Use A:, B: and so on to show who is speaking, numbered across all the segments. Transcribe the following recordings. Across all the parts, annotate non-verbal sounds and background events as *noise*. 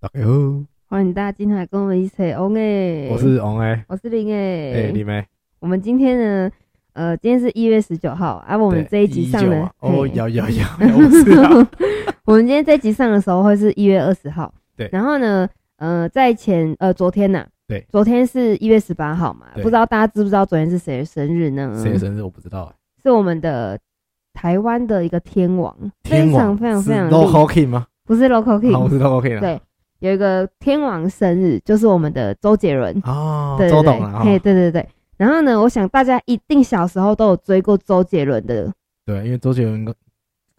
A: 大家好，
B: 欢迎大家进来跟我们一起翁诶，
A: 我是王哎，
B: 我是林诶、
A: 哎李梅，
B: 我们今天呢，呃，今天是一月十九号啊，我
A: 我
B: 们这一集上的
A: 哦，
B: 嘿
A: 有有有，有我是啊，
B: *laughs* 我们今天这一集上的时候会是一月二十号，
A: 对
B: 然后呢，呃，在前呃昨天呐、
A: 对，
B: 昨天是一月十八号嘛，
A: 对
B: 不知道大家知不知道昨天是谁的生日呢？
A: 谁的生日我不知道，
B: 是我们的台湾的一个天王，
A: 天
B: 非常
A: 王
B: 非常
A: 是
B: 非常厉
A: Local King 吗？
B: 不是 Local
A: 好，我
B: King，
A: 哦是 Local King 了，
B: 对，有一个天王生日，就是我们的周杰伦。
A: 哦，
B: 对
A: 周
B: 对
A: 董
B: 对，
A: 啊，
B: 嘿，
A: 哦
B: 对对对。然后呢，我想大家一定小时候都有追过周杰伦的，
A: 对，因为周杰伦刚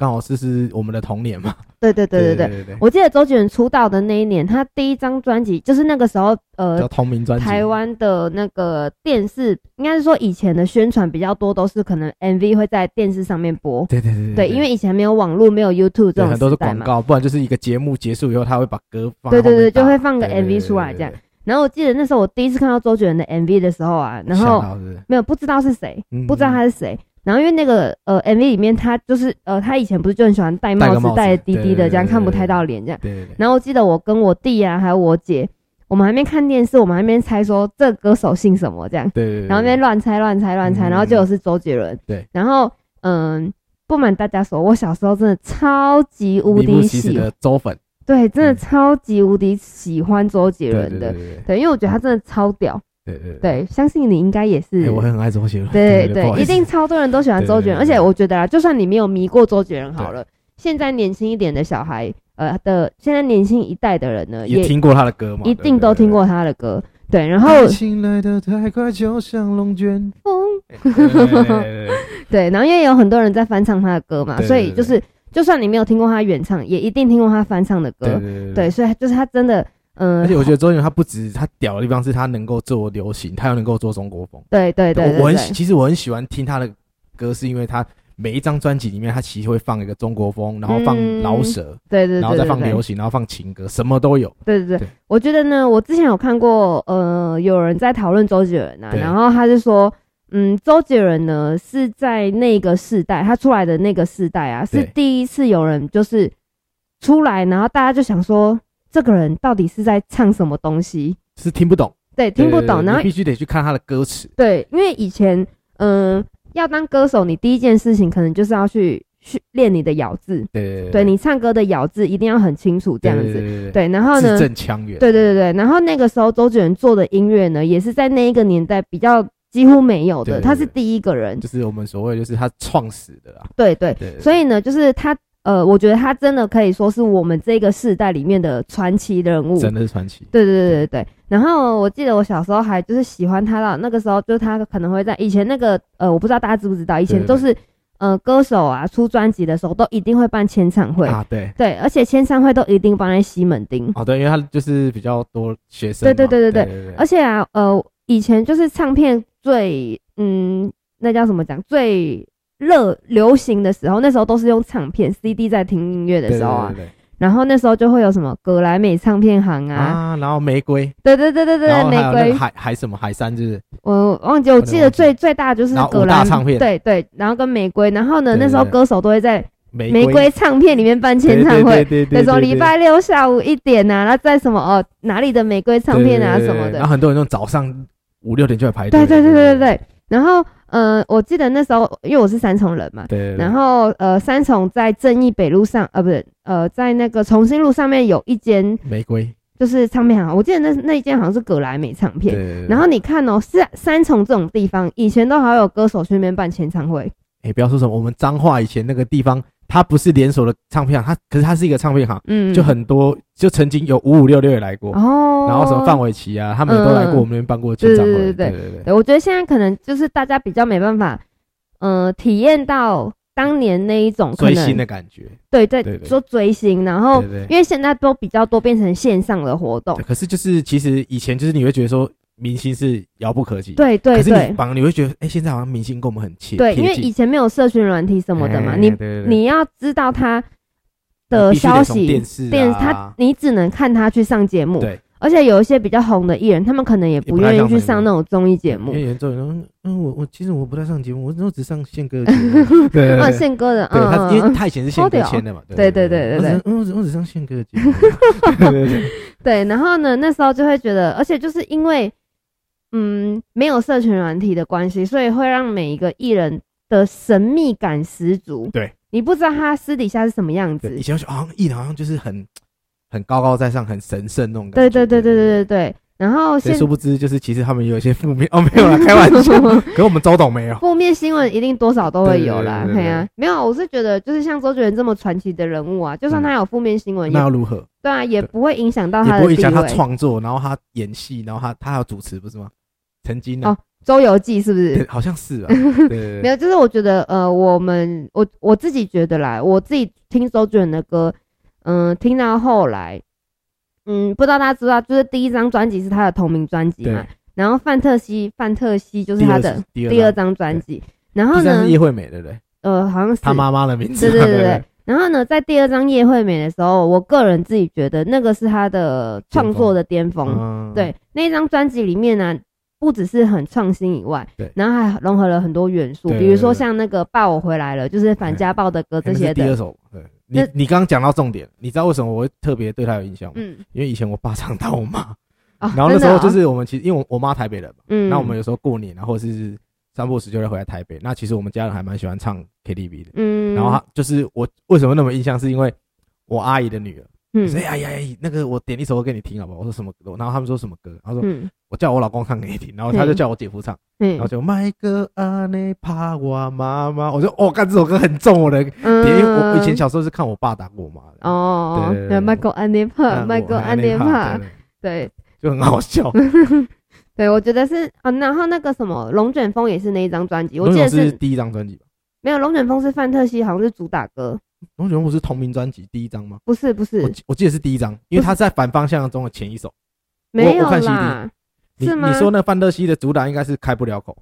A: 刚好是是我们的童年嘛，
B: 对对对对
A: 对
B: 对。
A: 对对，
B: 我记得周杰伦出道的那一年，他第一张专辑就是那个时候，
A: 叫
B: 呃，
A: 同名专辑，
B: 台湾的那个电视，应该是说以前的宣传比较多，都是可能 MV 会在电视上面播，
A: 对，对对对
B: 对，因为以前没有网络，没有 YouTube 这
A: 对
B: 种
A: 很多
B: 时
A: 是
B: 代
A: 广
B: 嘛，
A: 告，不然就是一个节目结束以后他会把歌放在后面
B: 对
A: 打，
B: 对对，就会放个
A: 对对对
B: MV 出来
A: 对对
B: 这样。然后我记得那时候我第一次看到周杰伦的 MV 的时候啊，然后
A: 吓到是不是
B: 没有不知道是谁，
A: 嗯
B: 不知道他是谁。然后因为那个呃 MV 里面他就是呃他以前不是就很喜欢戴
A: 戴
B: 帽
A: 个
B: 子
A: 帽子
B: 戴得低低
A: 对对
B: 的
A: 对
B: 这样
A: 对
B: 看不
A: 对
B: 太
A: 对
B: 到脸这样。
A: 对对对，
B: 然后我记得我跟我弟啊还有我姐，我们还没看电视，我们还没猜说这歌手姓什么这样，
A: 对对对，
B: 然后那边乱猜乱猜乱猜，
A: 嗯
B: 然后结果是周杰伦。
A: 对，
B: 然后嗯。不瞒大家说，我小时候真的超级无
A: 名
B: 敌
A: 不其实
B: 喜，
A: 的周粉，
B: 对，真的
A: 嗯
B: 超级无敌喜欢周杰
A: 对
B: 伦
A: 对
B: 的，
A: 对对
B: 对，因为我觉得他真的超屌，
A: 对对对。
B: 对，相信你应该也是，
A: 哎我很爱周杰伦，
B: 嗯对
A: 对不好
B: 对，
A: 意
B: 一
A: 思
B: 定超多人都喜欢周杰
A: 对对
B: 伦，而
A: 对
B: 且我觉得啦，就算你没有迷过周杰伦好了，现在年轻一点的小孩，呃的，现在年轻一代的人呢，
A: 也
B: 也
A: 听过他的歌嘛，
B: 一定都听过他的歌。对，然
A: 对。
B: 后
A: 对对对爱情来的太快，就像龙卷
B: 风，
A: 对对对对对对
B: 对，然后因为有很多人在翻唱他的歌嘛，
A: 对对
B: 所以
A: 对
B: 就是，就算你没有听过他原唱，也一定听过他翻唱的
A: 对
B: 歌。
A: 对
B: *laughs* 对，
A: 对。
B: 所以就是他真的，嗯
A: 而，且我觉得周杰伦他不止他屌的地方是他能够做流行，他又能够做中国风。
B: 对对对
A: 我我
B: 对
A: 很
B: 对
A: 喜，其实我很喜欢听他的歌，是因为他每一张专辑里面他其实会放一个中国风，然后放
B: 嗯
A: 饶舌，
B: 对对，
A: 然后
B: 对
A: 再
B: 对
A: 放
B: 对
A: 流行，然后放情歌，什么都有。
B: 对对
A: 对
B: 对，我觉得呢，我之前有看过，呃，有人在讨论周杰伦啊，
A: 对
B: 然后他就说，嗯，周杰伦呢是在那个世代，他出来的那个世代啊，
A: 对
B: 是第一次有人就是出来，然后大家就想说，这个人到底是在唱什么东西？
A: 是听不懂，
B: 对，听不
A: 对对对
B: 懂。然后
A: 你必须得去看他的歌词。
B: 对，因为以前，嗯、要当歌手，你第一件事情可能就是要去训练你的咬字，
A: 对对
B: 对你唱歌的咬字一定要很清楚，这样
A: 对
B: 子。
A: 对对对，
B: 对，然后呢？
A: 字正腔圆。
B: 对对对对，然后那个时候周杰伦做的音乐呢，也是在那一个年代比较几乎没有的，
A: 对对对
B: 他是第一个人，
A: 就是我们所谓就是他创始的啦。
B: 对对，
A: 对，对
B: 所以呢，就是他呃，我觉得他真的可以说是我们这个世代里面的传奇人物，
A: 真的是传奇。
B: 对对对对对。然后我记得我小时候还就是喜欢他到那个时候，就是他可能会在以前那个呃，我不知道大家知不知道，以前
A: 对对
B: 都是呃歌手啊出专辑的时候都一定会办签唱会，
A: 啊，对，
B: 对，而且签唱会都一定办在西门町。
A: 哦，对，因为他就是比较多学生嘛，
B: 对对对
A: 对
B: 对
A: 对
B: 而且啊，呃，以前就是唱片最嗯，那叫什么讲最热流行的时候，那时候都是用唱片 CD 在听音乐的
A: 对
B: 时候啊，
A: 对对
B: 然后那时候就会有什么格莱美唱片行
A: 对
B: 啊，
A: 啊，然后玫瑰，
B: 对对对对
A: 然后还
B: 对，玫
A: 有那个
B: 瑰，
A: 海海什么海山，就是
B: 我忘记，我记得最最大就是
A: 然后
B: 格
A: 五大
B: 莱美
A: 唱片
B: 对对，然后跟玫瑰，然后
A: 对
B: 呢，
A: 对
B: 那时候
A: 对
B: 歌手都会在
A: 玫
B: 玫瑰唱片里面办签唱会。
A: 对对对
B: 那时候礼拜六下午一点呐、啊，然后在什么哦哪里的玫瑰唱片啊什么的
A: 然，后很多人那种早上五六点就来排队，
B: 对对对对
A: 对
B: 对对。然后，呃，我记得那时候，因为我是三重人嘛，
A: 对，
B: 然后呃，三重在正义北路上，呃，不是，呃，在那个重新路上面有一间
A: 玫瑰，
B: 就是唱片行，我记得那那一间好像是格莱美唱片。
A: 对，
B: 然后你看哦，是三重这种地方，以前都还有歌手去那边办签唱会，
A: 哎，不要说什么，我们彰化以前那个地方，它不是连锁的唱片行，它可是它是一个唱片行，
B: 嗯，
A: 就很多，就曾经有五五六六也来过，
B: 哦，
A: 然后什么范玮琪啊，他们都来过我们那边办过签唱会，对对对，
B: 嗯对，我觉得现在可能就是大家比较没办法，呃，体验到当年那一种可
A: 追
B: 能哦
A: 星的感觉，
B: 对对
A: 对对
B: 说追星，然后
A: 对对
B: 因为现在都比较多变成线上的活动
A: 对，可是就是其实以前就是你会觉得说明星是遥不可及，
B: 对对
A: 可是你
B: 对
A: 反而你会觉得，哎、现在好像明星跟我们很切
B: 对，
A: 贴
B: 因为
A: 近
B: 以前没有社群软体什么的嘛，
A: 哎
B: 你
A: 对对对
B: 你要知道他
A: 你
B: 的
A: 必须得
B: 消
A: 从
B: 息，
A: 电视、啊、
B: 他你只能看他去上节目，
A: 对，
B: 而且有一些比较红的艺人，他们可能也不
A: 也不太
B: 愿意
A: 上
B: 去
A: 节目
B: 上那种综艺节目
A: 因为，有人做人说，嗯，我我其实我不太上节目，我我只上宪哥的节
B: *laughs*
A: 目，对对
B: 啊，
A: 对。
B: 宪哥的，
A: 对
B: 嗯
A: 他，因
B: 嗯
A: 为
B: 嗯，
A: 他以前是宪哥签的嘛，
B: 对对对对对
A: 我只
B: *laughs*
A: 嗯，我只我只上宪哥的节目，对对对，
B: 对，然后呢，那时候就会觉得，而且就是因为嗯没有社群软体的关系，所以会让每一个艺人的神秘感十足。
A: 对，
B: 你不知道他私底下是什么样子
A: 对，以。前我觉得好像艺人好像就是很很高高在上、很神圣那种感
B: 对
A: 觉。
B: 对对对对对对。然后
A: 谁
B: 现
A: 殊不知，就是其实他们也有一些负面哦，没有啦，开玩
B: *laughs*
A: 笑。可是我们周董没有，
B: 负面新闻一定多少都会有啦
A: 对，对对对
B: 对啊，没有，我是觉得就是像周杰伦这么传奇的人物啊，就算他有负面新闻，
A: 嗯那
B: 也
A: 又如何？
B: 对啊，也
A: 对
B: 不会影响到
A: 也
B: 他
A: 不
B: 的
A: 会影
B: 地
A: 响他
B: 位。
A: 创作，然后他演戏，然后他他还有主持，不是吗？曾经呢
B: 哦，周游记是不
A: 对
B: 是？
A: 好像
B: *laughs*
A: 是吧？对对对
B: 没有，就是我觉得呃，我们我我自己觉得啦，我自己听周杰伦的歌，嗯、听到后来，嗯，不知道大家知不知道，就是第一张专辑是他的同名专辑嘛
A: 对，，
B: 然后范特西，范特西就是
A: 第
B: 他
A: 二
B: 的
A: 第
B: 第二
A: 二
B: 张专辑，然后
A: 第三
B: 呢
A: 是，叶惠美，对不对？
B: 呃，好像是
A: 他妈妈的名字
B: 对
A: 嘛，
B: 对对
A: 对
B: 对。然后呢，在第二张叶惠美的时候，我个人自己觉得那个是她的创作的巅
A: 不对，
B: 峰。
A: 嗯，
B: 对，那一张专辑里面呢、不只是很创新以外
A: 对，
B: 然后还融合了很多元素，
A: 对
B: 比如说像那个《爸我回来了》，就是反家暴的
A: 哎
B: 歌哦这
A: 那是
B: 些
A: 第二
B: 的。
A: 首。对，
B: 那
A: 你你刚刚讲到重点，你知道为什么我会特别对他有印象吗？
B: 嗯，
A: 因为以前我爸常 *laughs* 打我妈，
B: *laughs* 啊，
A: 然后那时候就
B: 真的哦，
A: 是我们其实因为我我妈台北人嘛，
B: 嗯
A: 那我们有时候过年啊或者是三不五时就会回来台北，那其实我们家人还蛮喜欢唱 KTV 的。
B: 嗯，
A: 然后他就是我为什么那么印象，是因为我阿姨的女儿。
B: 嗯
A: 所以哎呀呀，那个我点一首歌给你听好不好？我说什么歌？然后他们说什么歌？他说
B: 嗯
A: 我叫我老公唱给你听，然后他就叫我姐夫唱，然后
B: 嗯
A: 就麦哥阿内怕我妈妈，我就哦，干这首歌很重我的点，
B: 嗯
A: 因为我以前小时候是看我爸打过我妈的，
B: 哦
A: 对对对对
B: ，Michael a n e p
A: 嗯
B: a Michael a n e p a，
A: 我对对
B: 对
A: 就很好笑。
B: 对，我觉得是啊，然后那个什么《龙卷风》也是那一张专辑，我
A: 龙
B: 记
A: 卷
B: 得
A: 是
B: 是
A: 第一张专辑吧？
B: 没有《龙卷风》是范特西，好像是主打歌，
A: 龙卷不是同名专辑第一张吗？
B: 不是不
A: 我
B: 是，
A: 记我记得是第一张，因为
B: 不是
A: 它是在反方向中的前一首。
B: 没有
A: 我看 CD
B: 啦，
A: 你
B: 是吗
A: 你说那范特西的主打应该是开不了口，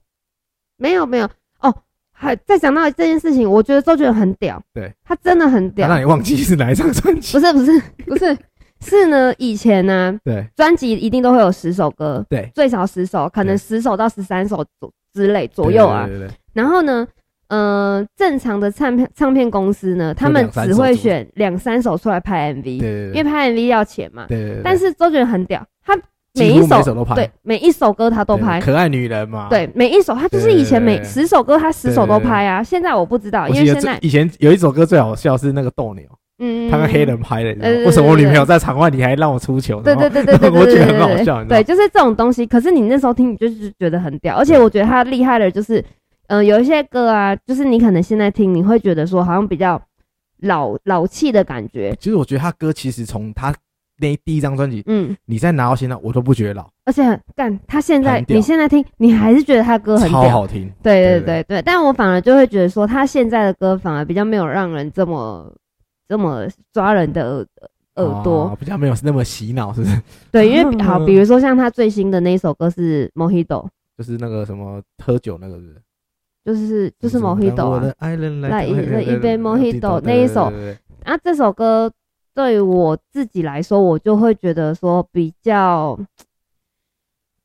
B: 没有没有哦。还再讲到这件事情，我觉得周杰伦很屌，
A: 对
B: 他真的很
A: 那
B: 屌。
A: 让你忘记是哪一张专辑
B: 不？是不是不是，是呢，以前呢、
A: 对
B: 专辑一定都会有十首歌，
A: 对，
B: 最少十首，可
A: 对
B: 能十首到十三首左之类左右啊。
A: 对对对对对
B: 然后呢，呃，正常的唱片唱片公司呢，他们
A: 两三
B: 只
A: 首
B: 会
A: 左右
B: 选两三首出来拍 MV，
A: 对对，
B: 因为拍 MV 要钱嘛。
A: 对对对，
B: 但是周杰伦很屌，他每
A: 几
B: 一
A: 乎
B: 首
A: 每首都拍，
B: 对每一首歌他都
A: 对
B: 拍，
A: 可爱女人嘛，，
B: 对，每一首他就是
A: 对
B: 以前每
A: 对
B: 十首歌他十首
A: 对
B: 都
A: 对对
B: 拍啊。现在我不知道，
A: 我
B: 因
A: 记
B: 为
A: 得
B: 现
A: 最
B: 在
A: 以前有一首歌最好笑是那个斗牛，
B: 嗯，
A: 他跟黑人拍的，你知道
B: 对
A: 吗
B: 对
A: 为什么我
B: 对对
A: 女朋友在场外你还让我出糗？
B: 对对对对
A: 然
B: 对
A: 后
B: 对
A: 我
B: 对
A: 觉
B: 对
A: 得很好
B: 对
A: 笑，你知道
B: 对，
A: 吗？
B: 就是这种东西。可是你那时候听，你就是觉得很屌，而且我觉得他厉害的就是，嗯，有一些歌啊，就是你可能现在听，你会觉得说好像比较老老气的感觉，
A: 其实我觉得他歌其实从他那第一张专辑，
B: 嗯，
A: 你再拿到现在我都不觉得老，
B: 而且很干他现在
A: 很屌
B: 你现在听，你还是觉得他歌很
A: 超
B: 屌，
A: 好听。
B: 对对
A: 对
B: 对对。但我反而就会觉得说，他现在的歌反而比较没有让人这么这么抓人的耳耳朵。
A: 哦比较没有那么洗脑，是不是？
B: 对，因为比好，
A: 嗯
B: 比如说像他最新的那一首歌是《Mojito》，
A: 就是那个什么喝酒那个，是不是
B: 就是就是《Mojito》
A: 让我
B: 啊
A: 的。爱人
B: 来
A: 来
B: 一
A: 对对
B: 一杯
A: 对对
B: Mojito，
A: 对对
B: 那一首
A: 对对对对
B: 啊，这首歌对我自己来说，我就会觉得说比较，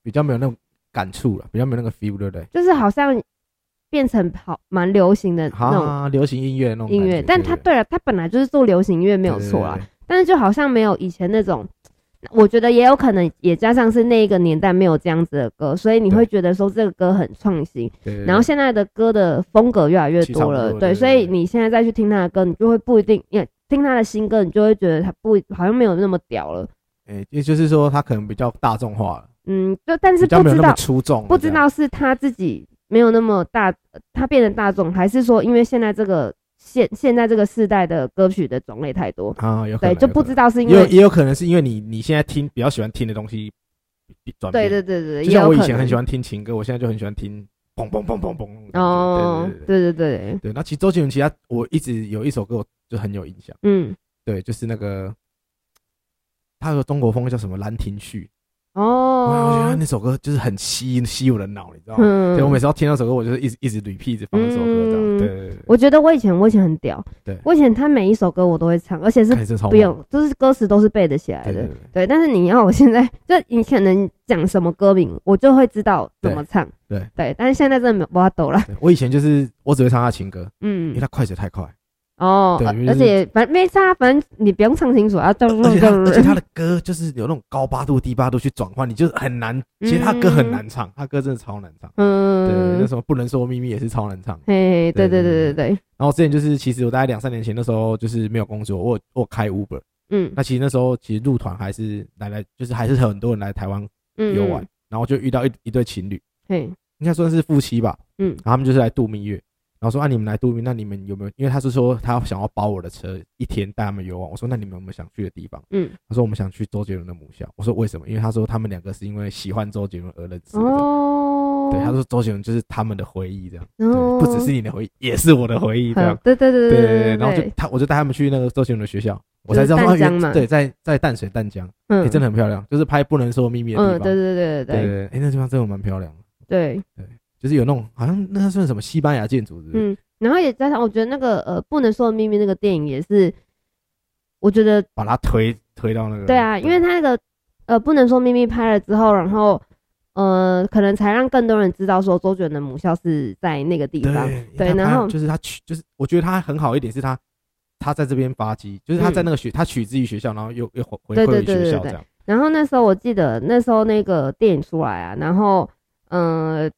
A: 比较没有那种感触了，比较没有那个 feel，对不对？
B: 就是好像变成好蛮流行的那种
A: 啊，流行音乐那种
B: 音
A: 感
B: 乐。
A: 觉
B: 但他对啊了，他本来就是做流行音乐没有错啦，，但是就好像没有以前那种。我觉得也有可能，也加上是那一个年代没有这样子的歌，所以你会
A: 对
B: 觉得说这个歌很创新，
A: 对对对对对对
B: 然后现在的歌的风格越来越多了，
A: 气场多了
B: 对，
A: 对
B: 所
A: 对
B: 以
A: 对
B: 你现在再去听他的歌，你就会不一定，也听他的新歌，你就会觉得他不好像没有那么屌了，
A: 诶，也就是说，他可能比较大众化了，
B: 嗯，就但是
A: 比较
B: 不
A: 没有
B: 知
A: 那么
B: 道
A: 出众了，
B: 不
A: 这
B: 知
A: 样
B: 道是他自己没有那么大，他变得大众，还是说因为现在这个现现在这个世代的歌曲的种类太多，
A: 啊，有可
B: 对，
A: 能
B: 就不知
A: 道，
B: 道是因
A: 也有
B: 为
A: 也有可能是因为你你现在听比较喜欢听的东西转
B: 对
A: 变，
B: 对对对，
A: 就
B: 也
A: 像
B: 有
A: 我以
B: 可
A: 前
B: 能
A: 很喜欢听情歌，我现在就很喜欢听嘣嘣嘣嘣嘣，
B: 哦
A: 对对，对。
B: 对对对，
A: 对，那其实周杰伦其他我一直有一首歌我就很有印象，
B: 嗯，
A: 对，就是那个他的中国风叫什么《兰亭序》，哇我觉得他
B: 哦，
A: 那首歌就是很吸吸我的脑，你知道吗？
B: 嗯
A: 对，我每次要听到这首歌，我就是一直一直 repeat 一直放这首歌这样，
B: 嗯
A: 对对对
B: 我觉得我以前我以前很屌，
A: 对
B: 我以前他每一首歌我都会唱，而且是
A: 对，哎这超
B: 不
A: 猛
B: 用，就是歌词都是背得起来
A: 对对
B: 的
A: 对。
B: 对，但是你要我现在， *laughs* 就你可能讲什么歌名，我就会知道怎么唱。
A: 对对
B: 对，但是现在真的没有办法抖了。
A: 对我以前就是我只会唱他情歌，因为
B: 嗯
A: 他快嘴太快，
B: 哦
A: 对因为，
B: 而
A: 就是
B: 且反正没差，反正你不用唱清
A: *laughs*
B: 楚啊，对
A: 而且他而且他
B: 对
A: 的歌就是有那种高八度、低八度去转换，你就是很难。其实他歌很难唱，他歌真的超难唱。 *laughs* 对，那
B: 嗯，
A: 什么不能说秘密也是超难唱。
B: 嘿，对对对对对，
A: 然后之前就是，其实我大概两三年前那时候就是没有工作，我有我有开 Uber。
B: 嗯
A: 那其实那时候其实入团还是来来，就是还是很多人来台湾
B: 嗯，
A: 游玩
B: 嗯，，
A: 然后就遇到一一对情侣，
B: 嘿，
A: 应该算是夫妻吧。
B: 嗯
A: 然后他们就是来度蜜月，然后说啊，你们来度蜜，那你们有没有？因为他是说他想要包我的车，一天带他们游玩。我说那你们有没有想去的地方？
B: 嗯，
A: 他说我们想去周杰伦的母校。我说为什么？因为他说他们两个是因为喜欢周杰伦而认识的。
B: 哦，
A: 对，他说周杰伦就是他们的回忆，这样，
B: 哦，
A: 对，不只是你的回忆，也是我的回忆，这
B: 好，
A: 样。
B: 哦嗯对对对
A: 对对
B: 对
A: 对，然后就他我就带他们去那个周杰伦的学校，我才知道
B: 就
A: 说
B: 是
A: 啊
B: 淡江
A: 原
B: 嘛
A: 对，在在淡水淡江，
B: 嗯
A: 也真的很漂亮，就是拍《不能说秘密》的
B: 嗯，
A: 地
B: 对
A: 方。
B: 对对
A: 对
B: 对
A: 对，哎，那地方真的蛮漂亮的，
B: 对，
A: 就是有那种好像那算什么西班牙建筑，是不是
B: 嗯，然后也加上我觉得那个呃，不能说的秘密那个电影也是，我觉得
A: 把它推推到那个。
B: 对啊，因为他那个呃，不能说秘密拍了之后，然后呃，可能才让更多人知道说周杰伦的母校是在那个地
A: 对
B: 方。
A: 因为
B: 对
A: 他
B: 然
A: 他
B: 后
A: 就是他取，就是我觉得他很好一点是他他在这边发迹，就是他在那个学他取自于学校，然后又又回回
B: 对对
A: 馈于
B: 对嗯对
A: 学校
B: 对
A: 这样。
B: 然后那时候我记得那时候那个电影出来啊，然后呃，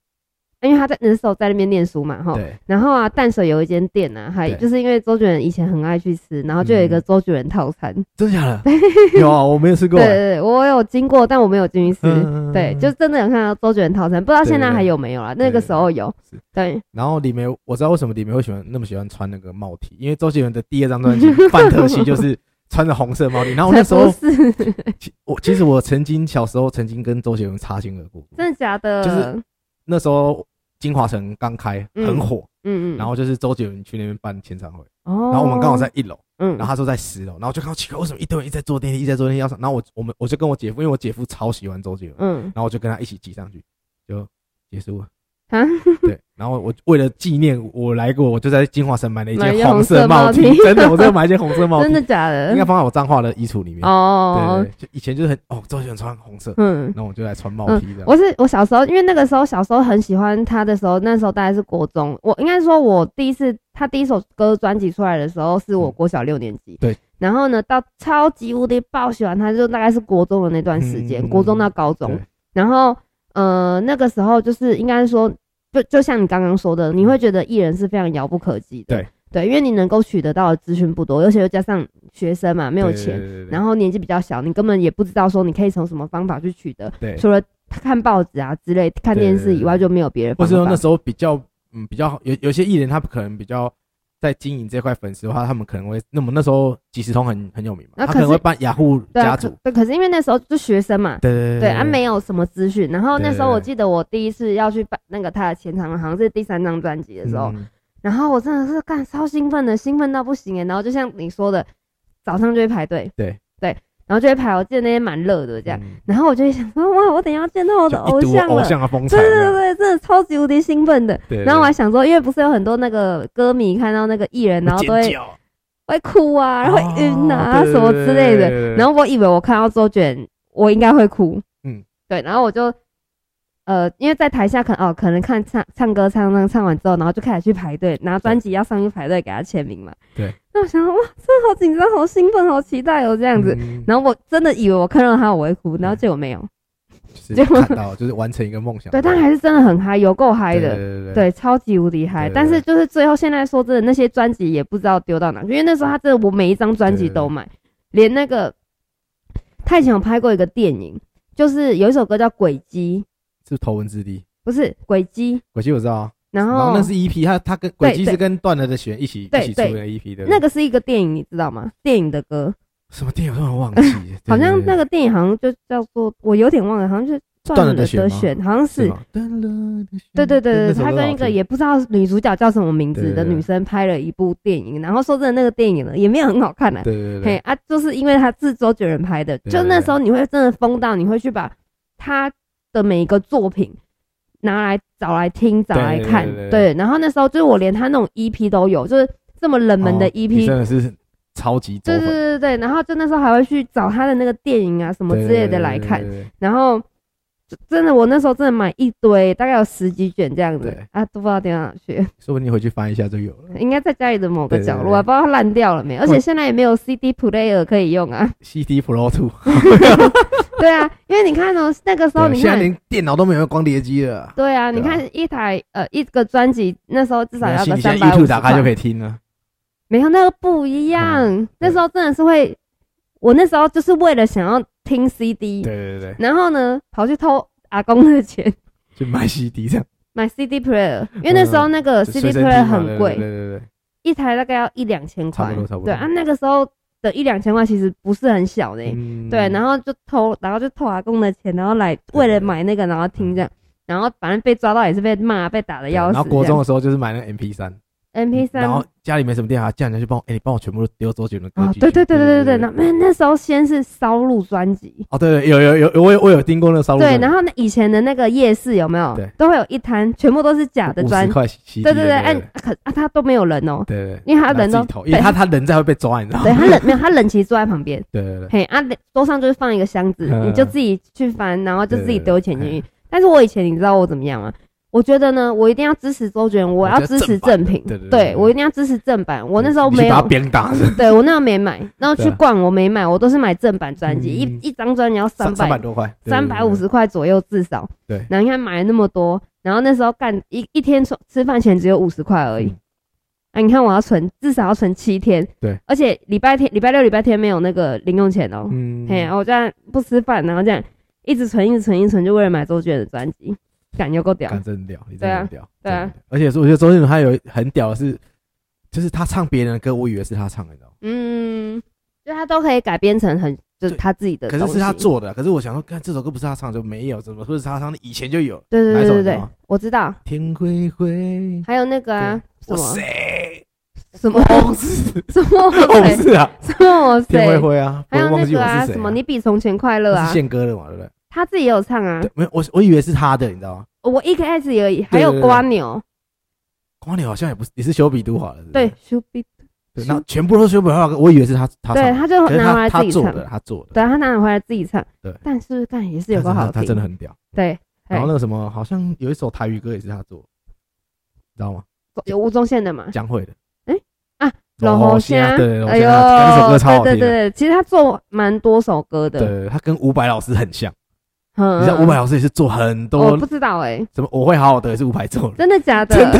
B: 因为他在那时候在那边念书嘛，哈。
A: 对，
B: 然后啊，淡水有一间店啊，还
A: 对
B: 就是因为周杰伦以前很爱去吃，然后就有一个
A: 嗯
B: 周杰伦套餐。
A: 真的假的？
B: *laughs*
A: 有啊，我没有吃过
B: 对对
A: 欸。
B: 对，我有经过，但我没有进去吃。
A: 嗯
B: 对，就真的有看到周杰伦套餐，不知道现在
A: 对对对
B: 还有没有啦。那
A: 对
B: 个时候有
A: 是，
B: 对，
A: 然后李梅，我知道为什么李梅会喜欢那么喜欢穿那个帽 T，因为周杰伦的第二张专辑《范特西》就是穿着红色帽 T。然后哦那
B: 才
A: 时
B: 不
A: 候，
B: 是 *laughs*
A: 其我其实我曾经小时候曾经跟周杰伦擦肩而过。
B: 真的假的？
A: 就是那时候金华城刚开，
B: 嗯
A: 很火，
B: 嗯嗯，
A: 然后就是周杰伦去那边办签唱会，
B: 哦，
A: 然后我们刚好在，一楼，
B: 嗯，
A: 然后他说在十楼，然后就看到奇怪为什么一堆人一直在坐电梯，一直在坐电梯要上，然后我我们我就跟我姐夫，因为我姐夫超喜欢周杰伦，
B: 嗯
A: 然后我就跟他一起挤上去，就结束了。
B: 啊，
A: 对，然后我为了纪念我来过，我就在金华城买了一
B: 买一
A: 件
B: 件
A: 色帽
B: 红色帽 T
A: 真的，我真的买一件红色帽 T，
B: 真的假的？
A: 应该放在我脏话的衣橱里面。对
B: 哦
A: 对，，对就以前就是很哦，周杰伦穿红色，
B: 嗯，
A: 然后我就来穿帽 T 这样。
B: 我是我小时候，因为那个时候小时候很喜欢他的时候，那时候大概是国中，我应该说我第一次他第一首歌专辑出来的时候是我国小六年级，
A: 嗯对，
B: 然后呢到超级无敌爆喜欢他，就大概是国中的那段时间，
A: 嗯
B: 国中到高中
A: 对，
B: 然后呃那个时候就是应该说，就就像你刚刚说的，你会觉得艺人是非常遥不可及的，
A: 嗯对
B: 对，因为你能够取得到的资讯不多，而且又加上学生嘛，没有钱，
A: 对，对对对
B: 然后年纪比较小，你根本也不知道说你可以从什么方法去取得，
A: 对，
B: 除了看报纸啊之类、看电视以外，就没有别的
A: 或
B: 方
A: 是
B: 法。
A: 说那时候比较嗯比较有有些艺人他可能比较在经营这块粉丝的话，他们可能会那么那时候即时通很很有名嘛，
B: 那
A: 他可
B: 可
A: 能
B: 是
A: 会办雅虎
B: 对啊，
A: 家
B: 可
A: 族，
B: 对，可是因为那时候就学生嘛，
A: 对对
B: 对啊，没有什么资讯。然后那时候
A: 对
B: 我记得我第一次要去办那个他的前场，好像是第三张专辑的时候，
A: 嗯
B: 然后我真的是干超兴奋的，兴奋到不行哎。然后就像你说的，早上就会排队，
A: 对
B: 对，然后就会排。我记得那天蛮热的这样，
A: 嗯
B: 然后我就会想说哇，我等一下见到我的
A: 就
B: 偶
A: 一睹我
B: 像
A: 偶
B: 了。
A: 像的风采
B: 对
A: 这
B: 对
A: 样，
B: 对，真的超级无敌兴奋的。
A: 对对
B: 然后我还想说，因为不是有很多那个歌迷看到那个艺人，然后都会
A: 尖叫
B: 会哭啊，然后会晕啊、
A: 哦对
B: 什么之
A: 对对
B: 类
A: 对
B: 的。
A: 对
B: 然后我以为我看到周卷，我应该会哭，
A: 嗯
B: 嗯，对。然后我就呃，因为在台下可能哦，可能看唱唱歌唱唱唱完之后，然后就开始去排队拿专辑要上去排队给他签名嘛。
A: 对。
B: 那我想说哇，真的好紧张，好兴奋，好期待哦这样子。
A: 嗯
B: 然后我真的以为我看到他我会哭，然后结果没有。
A: 就是看到就是完成一个梦想，
B: 对，但还是真的很嗨，有够嗨
A: 对
B: 的。
A: 对对
B: 对，超级无敌嗨！
A: 对对
B: 但是就是最后，现在说真的，那些专辑也不知道丢到哪去，因为那时候他真的我每一张专辑都买，连那个他以前有拍过一个电影，就是有一首歌叫《轨迹》，
A: 是头文字 D。
B: 不是轨迹，
A: 轨迹我知道啊，
B: 然
A: 然后
B: 后
A: 那是 EP，他他跟轨迹
B: 对
A: 是跟断了的弦一起一
B: 对
A: 起出
B: 对
A: 的 EP 的，
B: 那个是一个电影，你知道吗？电影的歌，
A: 什么电影我突然忘记了，对
B: 好像
A: 对对
B: 那个电影好像就叫做，我有点忘了，好像就是
A: 断了的弦
B: 的
A: 吗
B: 选，好像
A: 是
B: 是。
A: 吗，断了的弦
B: 对对对对，
A: 那首
B: 他
A: 歌
B: 跟
A: 好
B: 一个
A: 听
B: 也不知道女主角叫什么名字
A: 对
B: 的
A: 对对
B: 女生拍了一部电影，然后说真的，那个电影呢也没有很好看呢、
A: 对对对
B: 嘿
A: 对，
B: 啊，就是因为他是周杰伦拍的，
A: 对
B: 就那时候你会真的疯到，你会去把他的每一个作品拿来找来听、找来看，
A: 对对对对
B: 对。然后那时候就是我连他那种 EP 都有，就是这么冷门的
A: 哦你
B: EP，、
A: 真的是超级走
B: 对对
A: 粉
B: 对对对。然后就那时候还会去找他的那个电影啊什么之类的来看，
A: 对对对对对
B: 然后就真的，我那时候真的买一堆，大概有十几卷这样子
A: 对
B: 啊，都不知道丢哪去， *laughs*
A: 说不定你回去翻一下就有了。
B: 应该在家里的某
A: 对
B: 个
A: 对
B: 角
A: 对
B: 落，啊不知道它烂掉了没。而且现在也没有 CD player 可以用啊。
A: CD Pro Two，
B: 对啊，因为你看哦，那个时
A: 对
B: 候
A: 啊
B: 你
A: 现在
B: 看，
A: 连电脑都没有光碟机了，
B: 对啊，
A: 对啊
B: 你看一台呃一个专辑，那时候至少要
A: 你
B: 个
A: 现在
B: 三百
A: YouTube
B: 五
A: 打开就可以听了。
B: 没有，那个不一样。
A: 嗯
B: 那时候真的是会，我那时候就是为了想要听 CD，
A: 对对对，
B: 然后呢跑去偷阿公的钱 *laughs*
A: 就买 CD 这样，
B: 买 CD player，因为那时候那个
A: 就
B: CD
A: 嗯随身听嘛
B: player 很
A: 对
B: 贵，
A: 对对对对，
B: 一台大概要一两千
A: 差
B: 块
A: 不多差不，多
B: 对啊，那个时候的一两千块其实不是很小呢、欸
A: 嗯
B: 对，然后就偷，然后就偷阿公的钱，然后来为了买那个，然后听这样，然后反正被抓到也是被骂、被打的
A: 嗯对
B: 要
A: 然
B: 死这样。
A: 后国中的时候就是买那 MP 三
B: MP 三
A: 然后家里没什么电脑，叫人家去帮我，哎，你帮我全部都丢周杰伦歌
B: 啊，
A: 曲。
B: 对对对对对对，那那那时候先是烧录专辑，
A: 哦，对对，有有有，我有我有听过那个烧录
B: 对，然后那以前的那个夜市有没有
A: 对？
B: 都会有一摊，全部都是假的
A: 五
B: 专
A: 十，块 CD，
B: 对对对，
A: 对
B: 按可啊他都没有人哦，
A: 对对，
B: 因为他人
A: 拿自
B: 都
A: 己投因为他他人在会被抓，你知道吗？
B: 对他人没有，他人其实坐在旁边，
A: 对对对，
B: 嘿啊，桌上就是放一个箱子，
A: 嗯
B: 你就自己去翻，然后就自己丢钱进
A: 对对
B: 去。但是我以前你知道我怎么样吗？我觉得呢，我一定要支持周杰伦，我要支持正品
A: 对对对，对
B: 对我一定要支持正版。我那时候
A: 你去
B: 没
A: 把
B: 有
A: 他，鞭打，
B: 对我那时候没买，然后
A: 对
B: 去
A: 啊
B: 逛我没买，我都是买正版专辑，
A: 嗯
B: 一一张专辑要三
A: 三
B: 百
A: 百多块，对
B: 三百五，十块左右至少。
A: 对
B: 然后你看买了那么多，然后那时候干一一天吃吃饭钱只有五十块而已。
A: 嗯
B: 啊，你看我要存至少要存七天，
A: 对，
B: 而且礼拜天、礼拜六、礼拜天没有那个零用钱哦、
A: 对对对嗯，
B: 嘿，我这样不吃饭，然后这样一直存、一直存、一直存，就为了买周杰伦的专辑，感觉够屌。
A: 干真屌，你真
B: 对
A: 的
B: 啊
A: 很屌，真
B: 对啊
A: 的很屌，而且是我觉得周杰伦他有很屌的是，就是他唱别人的歌，我以为是他唱的，你知道吗？
B: 嗯，就他都可以改编成很就是
A: 对
B: 他自己的
A: 可
B: 东
A: 是
B: 西。
A: 是他做的，可是我想说，看这首歌不是他唱的，就没有，怎么会是他唱的？以前就有
B: 对对
A: 哪一
B: 对
A: 首
B: 对
A: 你知
B: 对
A: 道吗，
B: 我知道。
A: 天灰灰，
B: 还有那个啊， *laughs* 什
A: 我
B: 么
A: 谁？
B: 什么
A: 我不是，
B: 什么
A: 我不
B: 谁
A: 是啊，
B: 什么我
A: 天灰
B: 谁？
A: 灰啊，我
B: 还有
A: 也忘
B: 那
A: 记我
B: 个啊，
A: 是谁
B: 什
A: 啊
B: 么你比从前快乐
A: 这是
B: 啊，
A: 宪歌的嘛，对不对？
B: 他自己也有唱啊
A: 对。，没有，我我以为是他的，你知道吗？
B: 我一开始也还有
A: 对对对
B: 瓜牛，
A: 光牛好像也不是，也是修比都好了，是不是
B: 对，修比，
A: 对，那全部都是修比都好了，我以为是他他
B: 对，
A: 唱的，
B: 他就
A: 可是
B: 拿回
A: 他
B: 来
A: 他
B: 自己
A: 做
B: 唱，
A: 的，他做的，
B: 对，他拿回来自己唱，
A: 对
B: 但是干也是有
A: 他
B: 个
A: 真的
B: 好
A: 他真的
B: 听，
A: 很屌。
B: 对，
A: 然后
B: 哎
A: 那个什么，好像有一首台语歌也是他做，你知道吗？
B: 哎有吴宗宪的嘛，
A: 江蕙的，
B: 哎啊，
A: 老
B: 猴
A: 猴虾，对，
B: 哎
A: 对对，
B: 呦，
A: 那首歌超好
B: 对
A: 听
B: 对
A: 的，
B: 对，其实他做蛮多首歌的，
A: 对，他跟伍佰老师很像，
B: 嗯，
A: 你知道伍佰
B: 嗯
A: 老师也是做很
B: 嗯我
A: 多
B: 不知道哎，
A: 什么，我会好好的也是伍佰做的，
B: 真的假的？
A: 真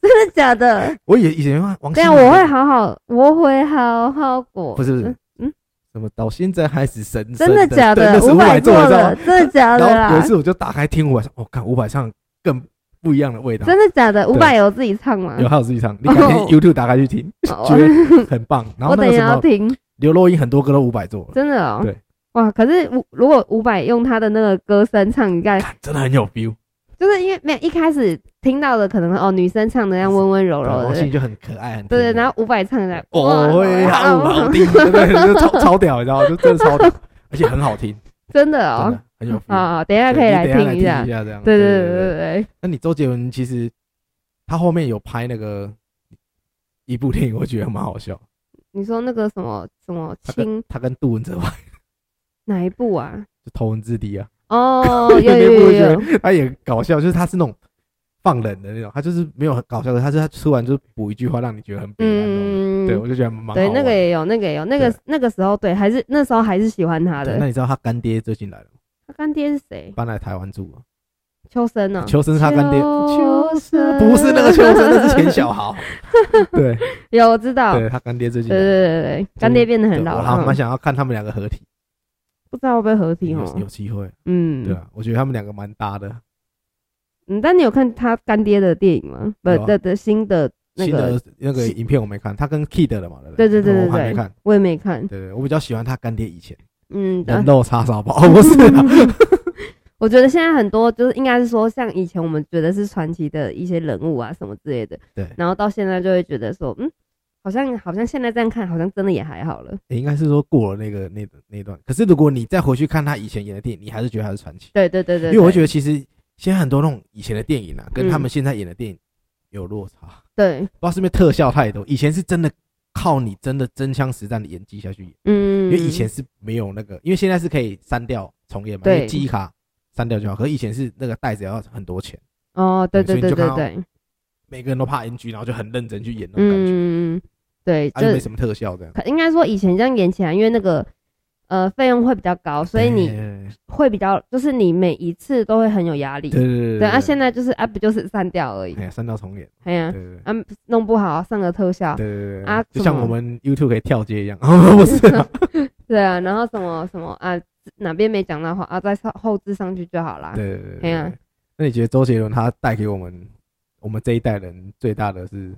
B: 真的假的？
A: *laughs* 我以以前看王
B: 对
A: 心
B: 啊，
A: 凌
B: 我会好好，我会好好过，
A: 不是不是
B: 嗯，嗯，
A: 什么到现在还是神神
B: 真的假
A: 对那
B: 的？
A: 是
B: 伍
A: 伍
B: 佰
A: 佰做的，知道
B: 的，
A: 吗？
B: 真的假的啊
A: 然后有一
B: 啦？
A: 次我就打开听伍佰唱，我看伍佰唱更不一样的味道，
B: 真的假的？伍佰有自己唱吗？
A: 有还有自己唱，你改天
B: 哦
A: YouTube 打开去听，
B: 哦 *laughs*
A: 觉得很棒。然后
B: 我
A: 那个
B: 等一
A: 什
B: 下要
A: 么
B: 听，
A: 刘若英很多歌都伍佰做了，
B: 真的哦。
A: 对。
B: 哇！可是伍如果伍佰用他的那个歌声唱，你看，
A: 看 *laughs* 真的很有
B: *laughs*
A: feel。
B: 就是因为没有一开始听到的可能哦，女生唱的那样温温柔柔
A: 王
B: 的，
A: 心凌
B: 对
A: 就很可爱，很
B: 对。
A: 甜美
B: 然后伍佰唱的来，哇
A: 我会好好听，对对， *laughs* 对就超超屌，你知道吗？就真的超
B: *laughs*
A: 屌，而且很好听，
B: 真的
A: 真
B: 哦。
A: 的很有 feel。
B: 啊，等一
A: 对
B: 下可以
A: 你
B: 来
A: 等一
B: 听
A: 来
B: 一下
A: 一。下，这样。
B: 对对
A: 对
B: 对对对，
A: 那你周杰伦其实他后面有拍那个一部电影，我觉得蛮好笑。
B: 你说那个什么什么
A: 他
B: 亲
A: 跟他跟杜文泽拍，
B: 哪一部
A: *laughs*
B: 啊？
A: 就头文字 D 啊， *laughs*
B: 哦，
A: 那
B: 有有
A: 部
B: 有
A: 我
B: 有
A: 觉
B: 有，
A: 得他也搞笑，就是他是那种放冷的那种，他就是没有很搞笑的，他是他突然就是补一句话让你觉得很悲哀那种。
B: 嗯，
A: 对，我就觉得蛮好
B: 对，那
A: 玩
B: 个也有，那个也有，那个
A: 对
B: 那个时候对，还是那时候还是喜欢他
A: 对那
B: 的。
A: 你知道他干爹最近来了吗，
B: 他干爹是谁？
A: 搬来台湾住了。
B: 秋生呢？
A: 求生是他干爹，
B: 秋嗯
A: *laughs*
B: 生
A: 不是那个求生，那是钱小豪。对，
B: *laughs* 有我知道，对
A: 对他干爹最近来
B: 对
A: 了。
B: 对对对，干爹变得
A: 对
B: 很
A: 我
B: 老嗯
A: 还
B: 了
A: 蛮
B: 哈，
A: 想要看他们两个合体，
B: 不知道会不会合体
A: 有
B: 哦。
A: 有机会，对
B: 嗯
A: 啊，我觉得他们两个蛮搭的。
B: 嗯，但你有看他干爹的电影吗？不
A: 有啊，
B: 的的新的那
A: 新
B: 个
A: 的那个影片我没看，他跟 Kid 的嘛，
B: 对
A: 对
B: 对
A: 不
B: 对
A: 我还
B: 对
A: 没看。
B: 我也没看。
A: 对对，我比较喜欢他干爹以前
B: 嗯，
A: 人
B: 啊
A: 肉叉烧
B: *laughs*
A: 包，哦不是啊，
B: 我觉得现在很多就是应该是说，像以前我们觉得是传奇的一些人物啊什么之类的，
A: 对
B: 然后到现在就会觉得说，嗯，好像好像现在这样看，好像真的也还好了。
A: 欸应该是说过了那个那那段。可是如果你再回去看他以前演的电影，你还是觉得他是传奇，
B: 对对对对，
A: 因为我会
B: 对
A: 觉得其实现在很多那种以前的电影啊，跟
B: 嗯
A: 他们现在演的电影有落差。
B: 对，
A: 不知道是不是特效太多，以前是真的靠你真的真枪实弹的演技下去演，
B: 嗯，
A: 因为以前是没有那个，因为现在是可以删掉重演嘛，因
B: 对
A: 为记忆卡删掉就好。可是以前是那个袋子要很多钱，
B: 哦，对对
A: 对所以你
B: 对
A: 就
B: 对
A: 看到
B: 对，
A: 每个人都怕 NG，然后就很认真去演那种感觉，
B: 嗯，对，
A: 啊，又没
B: 就
A: 什么特效这样。
B: 可应该说以前这样演起来，因为那个呃费用会比较高，所以
A: *laughs*
B: 你
A: 对
B: 会比较就是你每一次都会很有压力。
A: 对对
B: 对啊，现
A: 在
B: 在就是啊，不就是删掉而已
A: 哎。呀删掉重演，
B: 哎呀
A: 对，对对
B: 啊，弄不好上个特效，
A: 对对对
B: 啊
A: 就
B: 什
A: 像
B: 么
A: 我们 YouTube 可以跳街一样， *laughs* 不是啊，
B: *laughs* 对啊，然后什么什么啊，哪边没讲到话啊，再上后置上去就好啦。
A: 对对对
B: 哎
A: 对
B: 呀
A: 对。那你觉得周杰伦他带给我们我们这一代人最大的是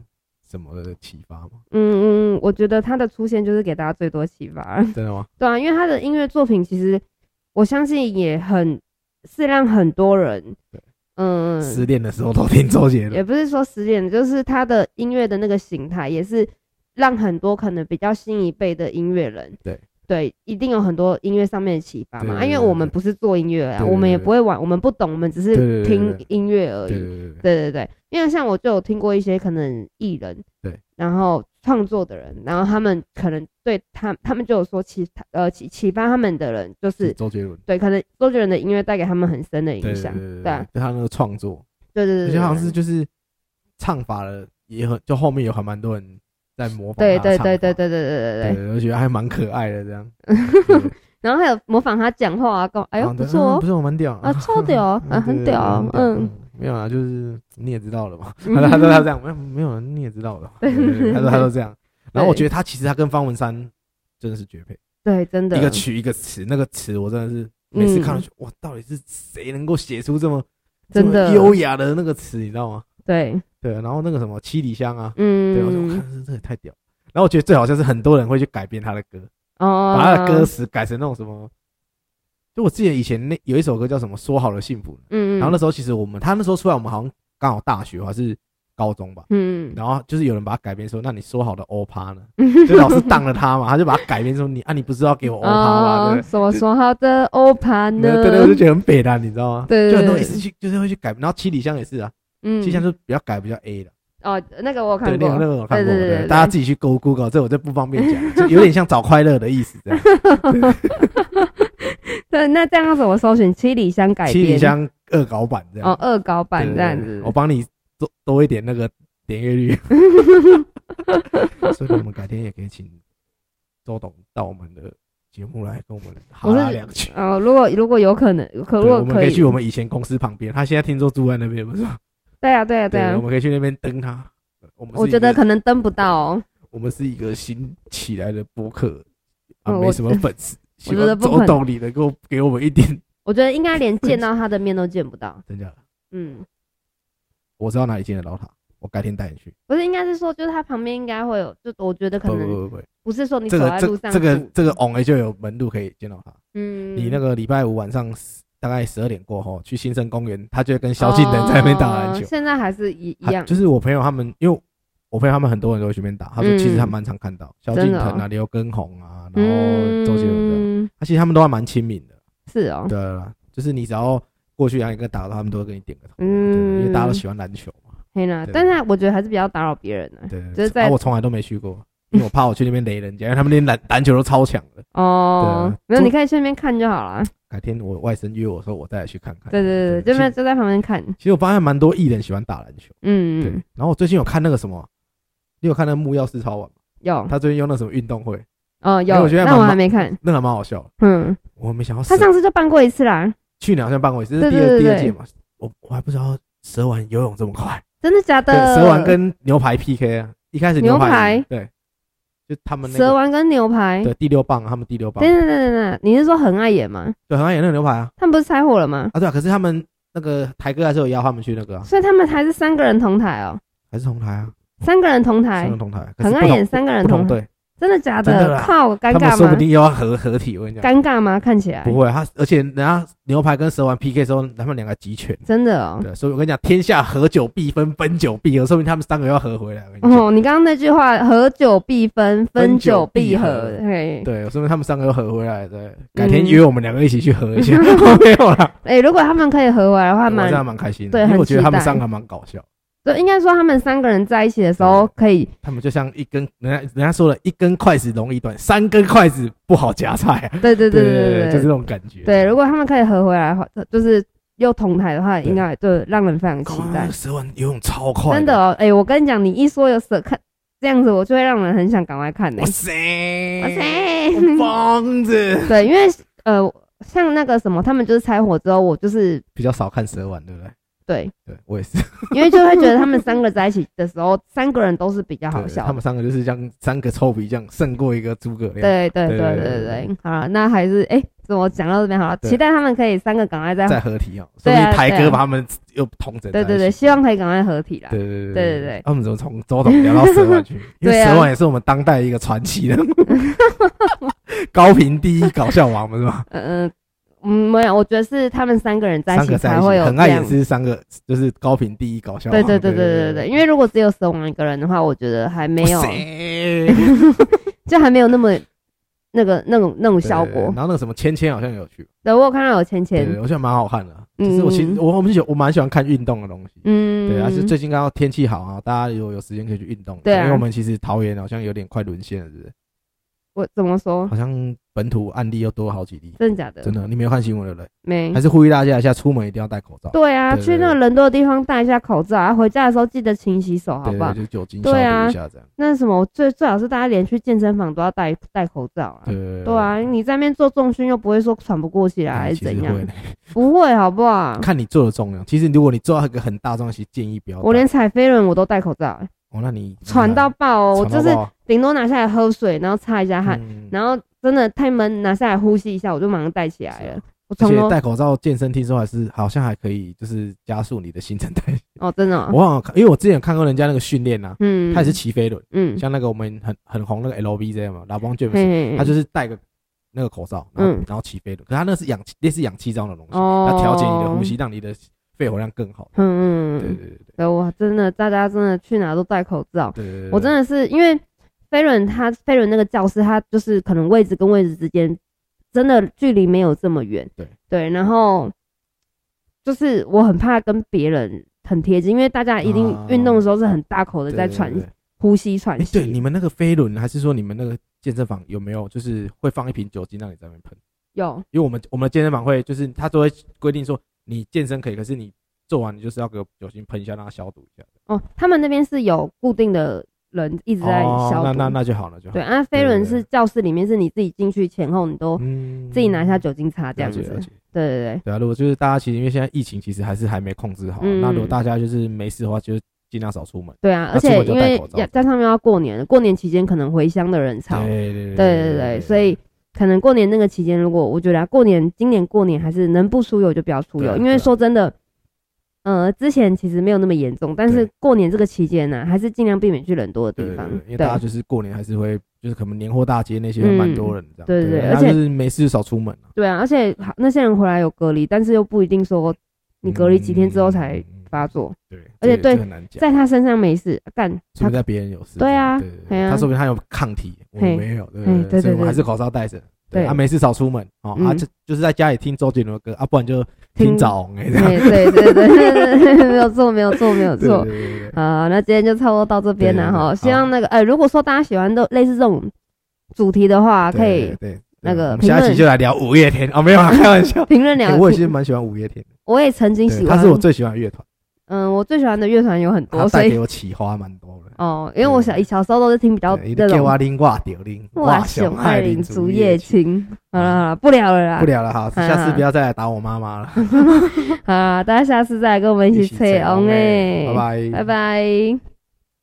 A: 什么的启发吗？
B: 嗯嗯，我觉得他的出现就是给大家最多启发。
A: 真的吗？
B: *laughs* 对啊，因为他的音乐作品其实我相信也很是让很多人
A: 对，
B: 嗯，
A: 失恋的时候都听周杰
B: 也
A: 伦，
B: 不是说失恋，就是他的音乐的那个形态，也是让很多可能比较新一辈的音乐人，
A: 对
B: 对，一定有很多音乐上面的启发嘛。
A: 对
B: 啊
A: 对
B: 因为
A: 对
B: 我们
A: 对
B: 不是做音乐啊，
A: 对对
B: 我们也
A: 对
B: 不会玩，我们不懂，我们只
A: 对
B: 是
A: 对对
B: 听
A: 对
B: 音乐而
A: 对
B: 已。
A: 对对对，
B: 对对对，因为像我就有听过一些可能艺人，
A: 对，
B: 然后创作的人，然后他们可能对他他们就有说启呃启启发他们的人，就是
A: 周杰伦
B: 对，可能周杰伦的音乐带给他们很深的影
A: 对对
B: 响，
A: 对
B: 对啊
A: 对，就他那个创作，
B: 对对
A: 而
B: 对
A: 且
B: 对，
A: 好像
B: 对
A: 是就是唱法了，也很就后面有还蛮多人在模仿
B: 对
A: 他的
B: 对
A: 唱
B: 对对
A: 法
B: 对对对对
A: 对
B: 对，
A: 我觉得还蛮可爱的这
B: *laughs*
A: 样。
B: 然后还有模仿他讲话啊，跟我哎
A: 哎
B: 呦不错
A: 不
B: 哦，
A: 是我蛮屌
B: 啊超屌哦
A: 嗯
B: 啊
A: 对
B: 很屌哦
A: 对对对
B: 嗯
A: 没有啊，就是你也知道了
B: *laughs*
A: 嘛。
B: 嗯
A: 他说他说他这样，没有没有，你也知道了。对对对他说他说这
B: *laughs*
A: 样，然后我觉得他其实他跟方文山真的是绝配，
B: 对，真的
A: 一个曲一个词，那个词我真的是每次看
B: 嗯
A: 上去，哇，到底是谁能够写出这么这
B: 真
A: 么
B: 的
A: 优雅的那个词，你知道吗？
B: 对，
A: 对，然后那个什么七里香啊，对，我说我
B: 嗯，
A: 看这也太屌。然后我觉得最好像是很多人会去改编他的歌，
B: 哦，
A: 把他的歌，词改成那种什么，就我记得以前那有一首歌叫什么“说好了幸福”，
B: 嗯，
A: 然后那时候其实我们他那时候出来，我们好像刚好大学还是高中吧，
B: 嗯，
A: 然后就是有人把它改编说，那你说好的欧趴
B: *laughs*
A: 呢？就老师当了他嘛，他就把它改编说你啊，你不是要给我欧趴吗？
B: 哦
A: 对，
B: 什么说好的欧盘
A: 不
B: 呢
A: 对？对对，我就觉得很北南，你知道吗？
B: 对对
A: 就很多
B: 对
A: 也是去就是会去改，然后七里香也是啊，
B: 嗯
A: 七里香就比较改比较 A 的，
B: 哦，那个我有看
A: 对，
B: 过
A: 那，个那个我看过，
B: 对对对对
A: 对，大家自己去 Go Google，这我就不方便讲，
B: *laughs*
A: 就有点像找快乐的意思这样。
B: 对，那这样要怎么搜寻七里香改
A: 七
B: 编？
A: 里香恶搞版这样
B: 哦，，恶搞版
A: 对
B: 这样
A: 对哦对
B: 子
A: 我。帮你多多一点那个点阅
B: *laughs*
A: 率。所以我们改天也可以请周董到我们的节目来跟我们哈
B: 我
A: 拉
B: 是
A: 两句。
B: 哦，如果如果有可能，
A: 对
B: 可如果
A: 我们可以去
B: 以
A: 我，们以前公司旁边，他现在听说住在那边，不是吗？
B: 对啊，对啊，对啊
A: 我，们可以去那边登他。我们是
B: 我
A: 一
B: 觉得
A: 个
B: 可能登不到哦。
A: 我们是一个新起来的播客，啊，
B: 嗯
A: 没
B: 我
A: 什么粉丝。
B: *laughs* 我觉得不
A: 希望
B: 可能
A: 周董你能够给我们一点，
B: 我觉得应该连
A: *laughs*
B: 见到他的面都见不到。
A: 真的，
B: 嗯，
A: 我知道哪里见得到他，我改天带你去。
B: 不是，应该是说，就是他旁边应该会有，就我觉得可
A: 不
B: 能
A: 不不不，
B: 不是说你走
A: 这个
B: 在路
A: 这
B: 上，
A: 这个这个 on 就有门路可以见到他。
B: 嗯，
A: 你那个礼拜五晚上10大概十二点过后去新生公园，他就会跟萧敬腾在那边打篮
B: 哦
A: 球。
B: 现在还是一一
A: 他
B: 样，
A: 就是我朋友他们，因为我朋友他们很多人都会去那边打，他说
B: 哦
A: 其实他蛮常看到萧敬腾
B: 真的
A: 啊、刘畊宏啊，然后
B: 嗯，
A: 周杰伦这样，啊其实他们都还蛮亲民的。
B: 是哦，
A: 对啊对啊，就是你只要过去让一个打到，他们都会跟你点个头，对
B: 嗯，
A: 因为大家都喜欢篮球嘛。
B: 黑啦，
A: 对
B: 但是我觉得还是比较打扰别人呢。
A: 对，
B: 就是在
A: 啊，我从来都没去过，因为我怕我去那边雷人家，因为他们连篮篮球都超强的。
B: 哦
A: 对啊，哎
B: 没有，
A: 就
B: 你可以去那边看就好了。
A: 改天我外甥约我说我带他去看看。
B: 对对对对，
A: 其
B: 就
A: 实
B: 在就在旁边看。
A: 其实我发现蛮多艺人喜欢打篮球。
B: 嗯，
A: 对
B: 嗯，
A: 然后我最近有看那个什么，你有看那个木曜四超玩吗？
B: 有，
A: 他最近用那什么运动会，
B: 哦有
A: 哎我觉，得
B: 那
A: 蛮
B: 我还
A: 蛮
B: 没看。
A: 那还蛮好笑的。
B: 嗯，
A: 我没想到
B: 他
A: 蛇
B: 上次就办过一次啦，
A: 去年好像办过一次，这是
B: 对
A: 第
B: 对
A: 二
B: 对
A: 第二
B: 对
A: 届嘛，我我还不知道蛇丸游泳这么快。
B: 真的假
A: 对，
B: 的？
A: 蛇丸跟牛排 PK 啊，一开始
B: 牛
A: 排
B: 排
A: 对，就他们那
B: 蛇
A: 个
B: 丸跟牛排。
A: 对第六棒，啊他们第六棒
B: 等等等等等，你是说很碍眼吗？
A: 对，好像也那个牛排啊
B: 他们不是拆伙了吗？
A: 啊对啊，可是他们那个台哥还是有邀他们去那个啊，
B: 所以他们还是三个人同台哦，
A: 还是同台啊，
B: 三个人同台
A: 三个，同台啊，可
B: 哎很
A: 是
B: 碍
A: 不
B: 眼，
A: 同
B: 三个人
A: 不同
B: 同台，
A: 队，
B: 真的假
A: 真的
B: 的？
A: 啦
B: 靠，尴
A: 他们
B: 尬
A: 说不
B: 吗？
A: 定又要合合体，我跟你讲。
B: 尴尬吗？看起来
A: 不会，啊他而且人家牛排跟蛇丸 PK 的时候，他们两个集权。
B: 真的哦。
A: 对，所以我跟你讲，天下合久必分，分久必合，说明他们三个要合回来。我跟你讲，
B: 哦，你刚刚那句话“合久必分，分
A: 分
B: 久
A: 久
B: 必
A: 必
B: 合
A: 合”，
B: 嘿，
A: 对，说明他们三个要合回来。对，改
B: 嗯
A: 天约我们两个一起去合一
B: *laughs*
A: 下，没有啦，
B: 哎、如果他们可以合完的话，
A: 我真的
B: 蛮
A: 蛮开心
B: 对
A: 的，因为
B: 很
A: 我觉得
B: 期
A: 他们
B: 待
A: 三个还蛮搞笑。
B: 就应该说他们三个人在一起的时候可以，
A: 他们就像一根人家人家说了一根筷子容易断，三根筷子不好夹菜啊。
B: 对对对对
A: 对，就是这种感觉。
B: 对，如果他们可以合回来的话，就是又同台的话，
A: 对
B: 应该就让人非常期
A: 哇那
B: 待
A: 个。蛇丸游泳超快，
B: 真的，哦，哎、我跟你讲，你一说有蛇看这样子，我就会让人很想赶快看呢、 *laughs*
A: 哇塞，
B: 哇塞！
A: 疯子。
B: 对，因为呃，像那个什么，他们就是拆伙之后，我就是
A: 比较少看蛇丸，对不对？
B: 对，
A: 对我也是，
B: 因为就会觉得他们三个在一起的时候，三个人都是比较 *laughs* 好
A: 对
B: 笑
A: 他
B: 的
A: 们三个就是像三个臭皮匠胜过一个诸葛亮。
B: 对啊对对
A: 对
B: 对
A: 对
B: 对
A: 对
B: 对，好了，那还是哎、怎么讲到这边好了？
A: 对
B: 期待他们可以三个赶快再
A: 再合体哦，所
B: 对
A: 以
B: 啊
A: 台
B: 对
A: 哥
B: 啊
A: 把他们又统整在一
B: 对
A: 起。
B: 对对，希望可以赶快合体啦。
A: 对对对
B: 对
A: 对
B: 对对
A: 他们怎么从周董聊到蛇丸去？因为
B: 对啊
A: 蛇丸也是我们当代一个传奇人物，高频第一搞笑王嘛，是吧？
B: 嗯嗯嗯，没有，我觉得是他们三个人在一
A: 三
B: 起
A: 个在
B: 才
A: 一啊
B: 会
A: 起，
B: 有
A: 很
B: 这
A: 爱也
B: 样。
A: 是三个，就是高频第一搞笑王。
B: 对对对对对对对，因为如果只有蛇王一个人的话，我觉得还没有
A: 哇，塞
B: 就还没有那么那个那种那种
A: 对
B: 效
A: 对
B: 果
A: 然。后那个什么芊芊好像有去，
B: 对，我有看到有芊
A: 对，对
B: 芊，
A: 我觉得蛮好看的。
B: 嗯
A: 其实我其实我我们喜我蛮喜欢看运动的东西。
B: 嗯，
A: 对，啊而且最近刚好天气好啊，大家如果有时间可以去运动一下。
B: 对啊
A: 因为我们其实桃园好像有点快沦陷了，是不是？
B: 我怎么说？
A: 好像本土案例又多好几例，
B: 真的假的？
A: 真的，你没有看新闻对不对？
B: 没
A: 还。是呼吁大家一下，出门一定要戴口罩。
B: 嗯对啊，
A: 对对对
B: 去那个人多的地方戴一下口罩，啊，回家的时候记得勤洗手，好
A: 对
B: 不好
A: 对，？就酒精消
B: 对啊
A: 毒一下这样。
B: 那什么，最最好是大家连去健身房都要戴戴口罩啊。
A: 对对
B: 对啊，你在那边做重训又不会说喘不过气来还
A: 哎
B: 是
A: 其实
B: 怎样嗯
A: 会，呢
B: *laughs* 不会好不好？
A: 看你做的重量。其实如果你做到一个很大重量，其实建议不要戴。
B: 我连踩飞轮我都戴口罩、欸，
A: 哦，那你
B: 喘到爆哦、我
A: 喘
B: 就
A: 到
B: 是
A: 爆啊
B: 顶多拿下来喝水，然后擦一下汗，
A: 嗯
B: *laughs* 然后真的太闷，拿下来呼吸一下，我就马上戴起来
A: 是
B: 了
A: 啊。而
B: 我从头
A: 且戴口罩健身，听说还是好像还可以，就是加速你的新陈代
B: *laughs*
A: 谢。
B: 哦，真的、哦，
A: 我好像看，因为我之前有看过人家那个训练呐，啊
B: 嗯，
A: 他也是骑飞轮，
B: 嗯，
A: 像那个我们很很红那个 LBJ 嘛，老帮
B: 嘿
A: James，
B: 嘿嘿
A: 他就是戴个那个口罩，然后
B: 嗯
A: 然后骑飞轮，可是他那是氧气类似氧气罩的东西，
B: 哦，
A: 它调节你的呼吸，让你的肺活量更好。
B: 嗯，
A: 对对
B: 嗯嗯，
A: 对对
B: 对，我真的大家真的去哪都戴口罩，
A: 对对对，
B: 我真
A: 的
B: 的是因为飞轮它飞轮那个教室，它就是可能位置跟位置之间真的距离没有这么远，
A: 对
B: 然后就是我很怕跟别人很贴近，因为大家一定
A: 啊
B: 运动的时候是很大口的在喘呼吸喘
A: 哎，对你
B: 气，
A: 们那个飞轮，还是说你们那个健身房有没有就是会放一瓶酒精让你在那边喷？
B: 有
A: 因为我们我们的健身房会就是他都会规定说你健身可以，可是你做完你就是要给我酒精喷一下，让它消毒一下。
B: 哦，他们那边是有固定的人一直在
A: 哦，
B: 消
A: 那
B: 毒，
A: 那那就好了，就好
B: 对
A: 了。
B: 啊，飞轮是
A: 对
B: 教室里面是你自己进去前后你都
A: 嗯
B: 自己拿一下酒精擦这样
A: 了
B: 子，
A: 解了
B: 对
A: 解。
B: 对对，
A: 对啊，如果就是大家其实因为现在疫情其实还是还没控制好，
B: 嗯
A: 那如果大家就是没事的话，就是尽量少出门。
B: 对啊，
A: 那
B: 而
A: 出
B: 且
A: 门就
B: 因
A: 戴
B: 为
A: 口罩
B: 要加上面要过年了，过年期间可能回乡的人潮，
A: 对对对
B: 对对对，所以可能过年那个期间，如果我觉得、啊、过年今年过年还是能不出游就不要出
A: 对
B: 游，
A: 啊
B: 因
A: 对啊
B: 为说真的，呃，之前其实没有那么严重，但是
A: 对
B: 过年这个期间呢、啊还是尽量避免去人多的
A: 对
B: 地
A: 对
B: 方
A: 对，因为
B: 对
A: 大家就是过年还是会，就是可能年货大街那些会蛮多人这样。
B: 嗯对对对
A: 大家
B: 而且
A: 就是没事就少出门啊
B: 对啊，而且好那些人回来有隔离，但是又不一定说你隔离几天之后才
A: 嗯
B: 发作，
A: 对，
B: 而
A: 这
B: 且
A: 个
B: 对
A: 这个很难讲，
B: 在他身上没事，干
A: 说
B: 他 *laughs*
A: 明在别人有事。
B: 对啊
A: 对
B: 嘿啊
A: 他说明他有抗体，我
B: 嘿
A: 没有，对
B: 嘿
A: 对
B: 对
A: 所以我
B: 对对
A: 还是口罩戴着。
B: 对
A: 啊，没事少出门哦，啊，
B: 嗯
A: 这就是在家里听周杰伦的歌啊，不然就听
B: 听
A: 早红哎这样。
B: 对对对对对对对，没有错没有错没有
A: 对
B: 错
A: 对。对对对
B: 好，那今天就差不多到这边了
A: 对对对
B: 哈。
A: 好
B: 希望那个，呃，如果说大家喜欢的类似这种主题的话，啊可
A: 对
B: 以
A: 对对对
B: 那个
A: 我们下一
B: 评
A: 期
B: 论
A: 就来聊五月天啊，没有
B: *laughs*
A: 啊，开玩笑。
B: 评论两
A: 欸
B: 个。
A: 我也是蛮喜欢五月天的，
B: 我也曾经喜
A: 对
B: 欢，
A: 他是我最喜欢的乐团，
B: 嗯，我最喜欢的乐团有很
A: 他
B: 多，所
A: 带给
B: 以
A: 我启发蛮多的。
B: 哦，因为我小小时候都是听比较
A: 对一
B: 这
A: 定给
B: 种
A: 我林挂屌林，
B: 哇
A: 熊
B: 熊爱
A: 林
B: 玲竹叶
A: 青。嗯
B: 青。好了好了，不聊了啦
A: 不，聊了哈，
B: 嗯
A: 下次不要再来打我妈妈
B: *laughs*
A: 了，
B: 好啦，大家下次再来跟我们一起吹
A: 吹
B: 红哎，
A: 拜拜，
B: 拜拜。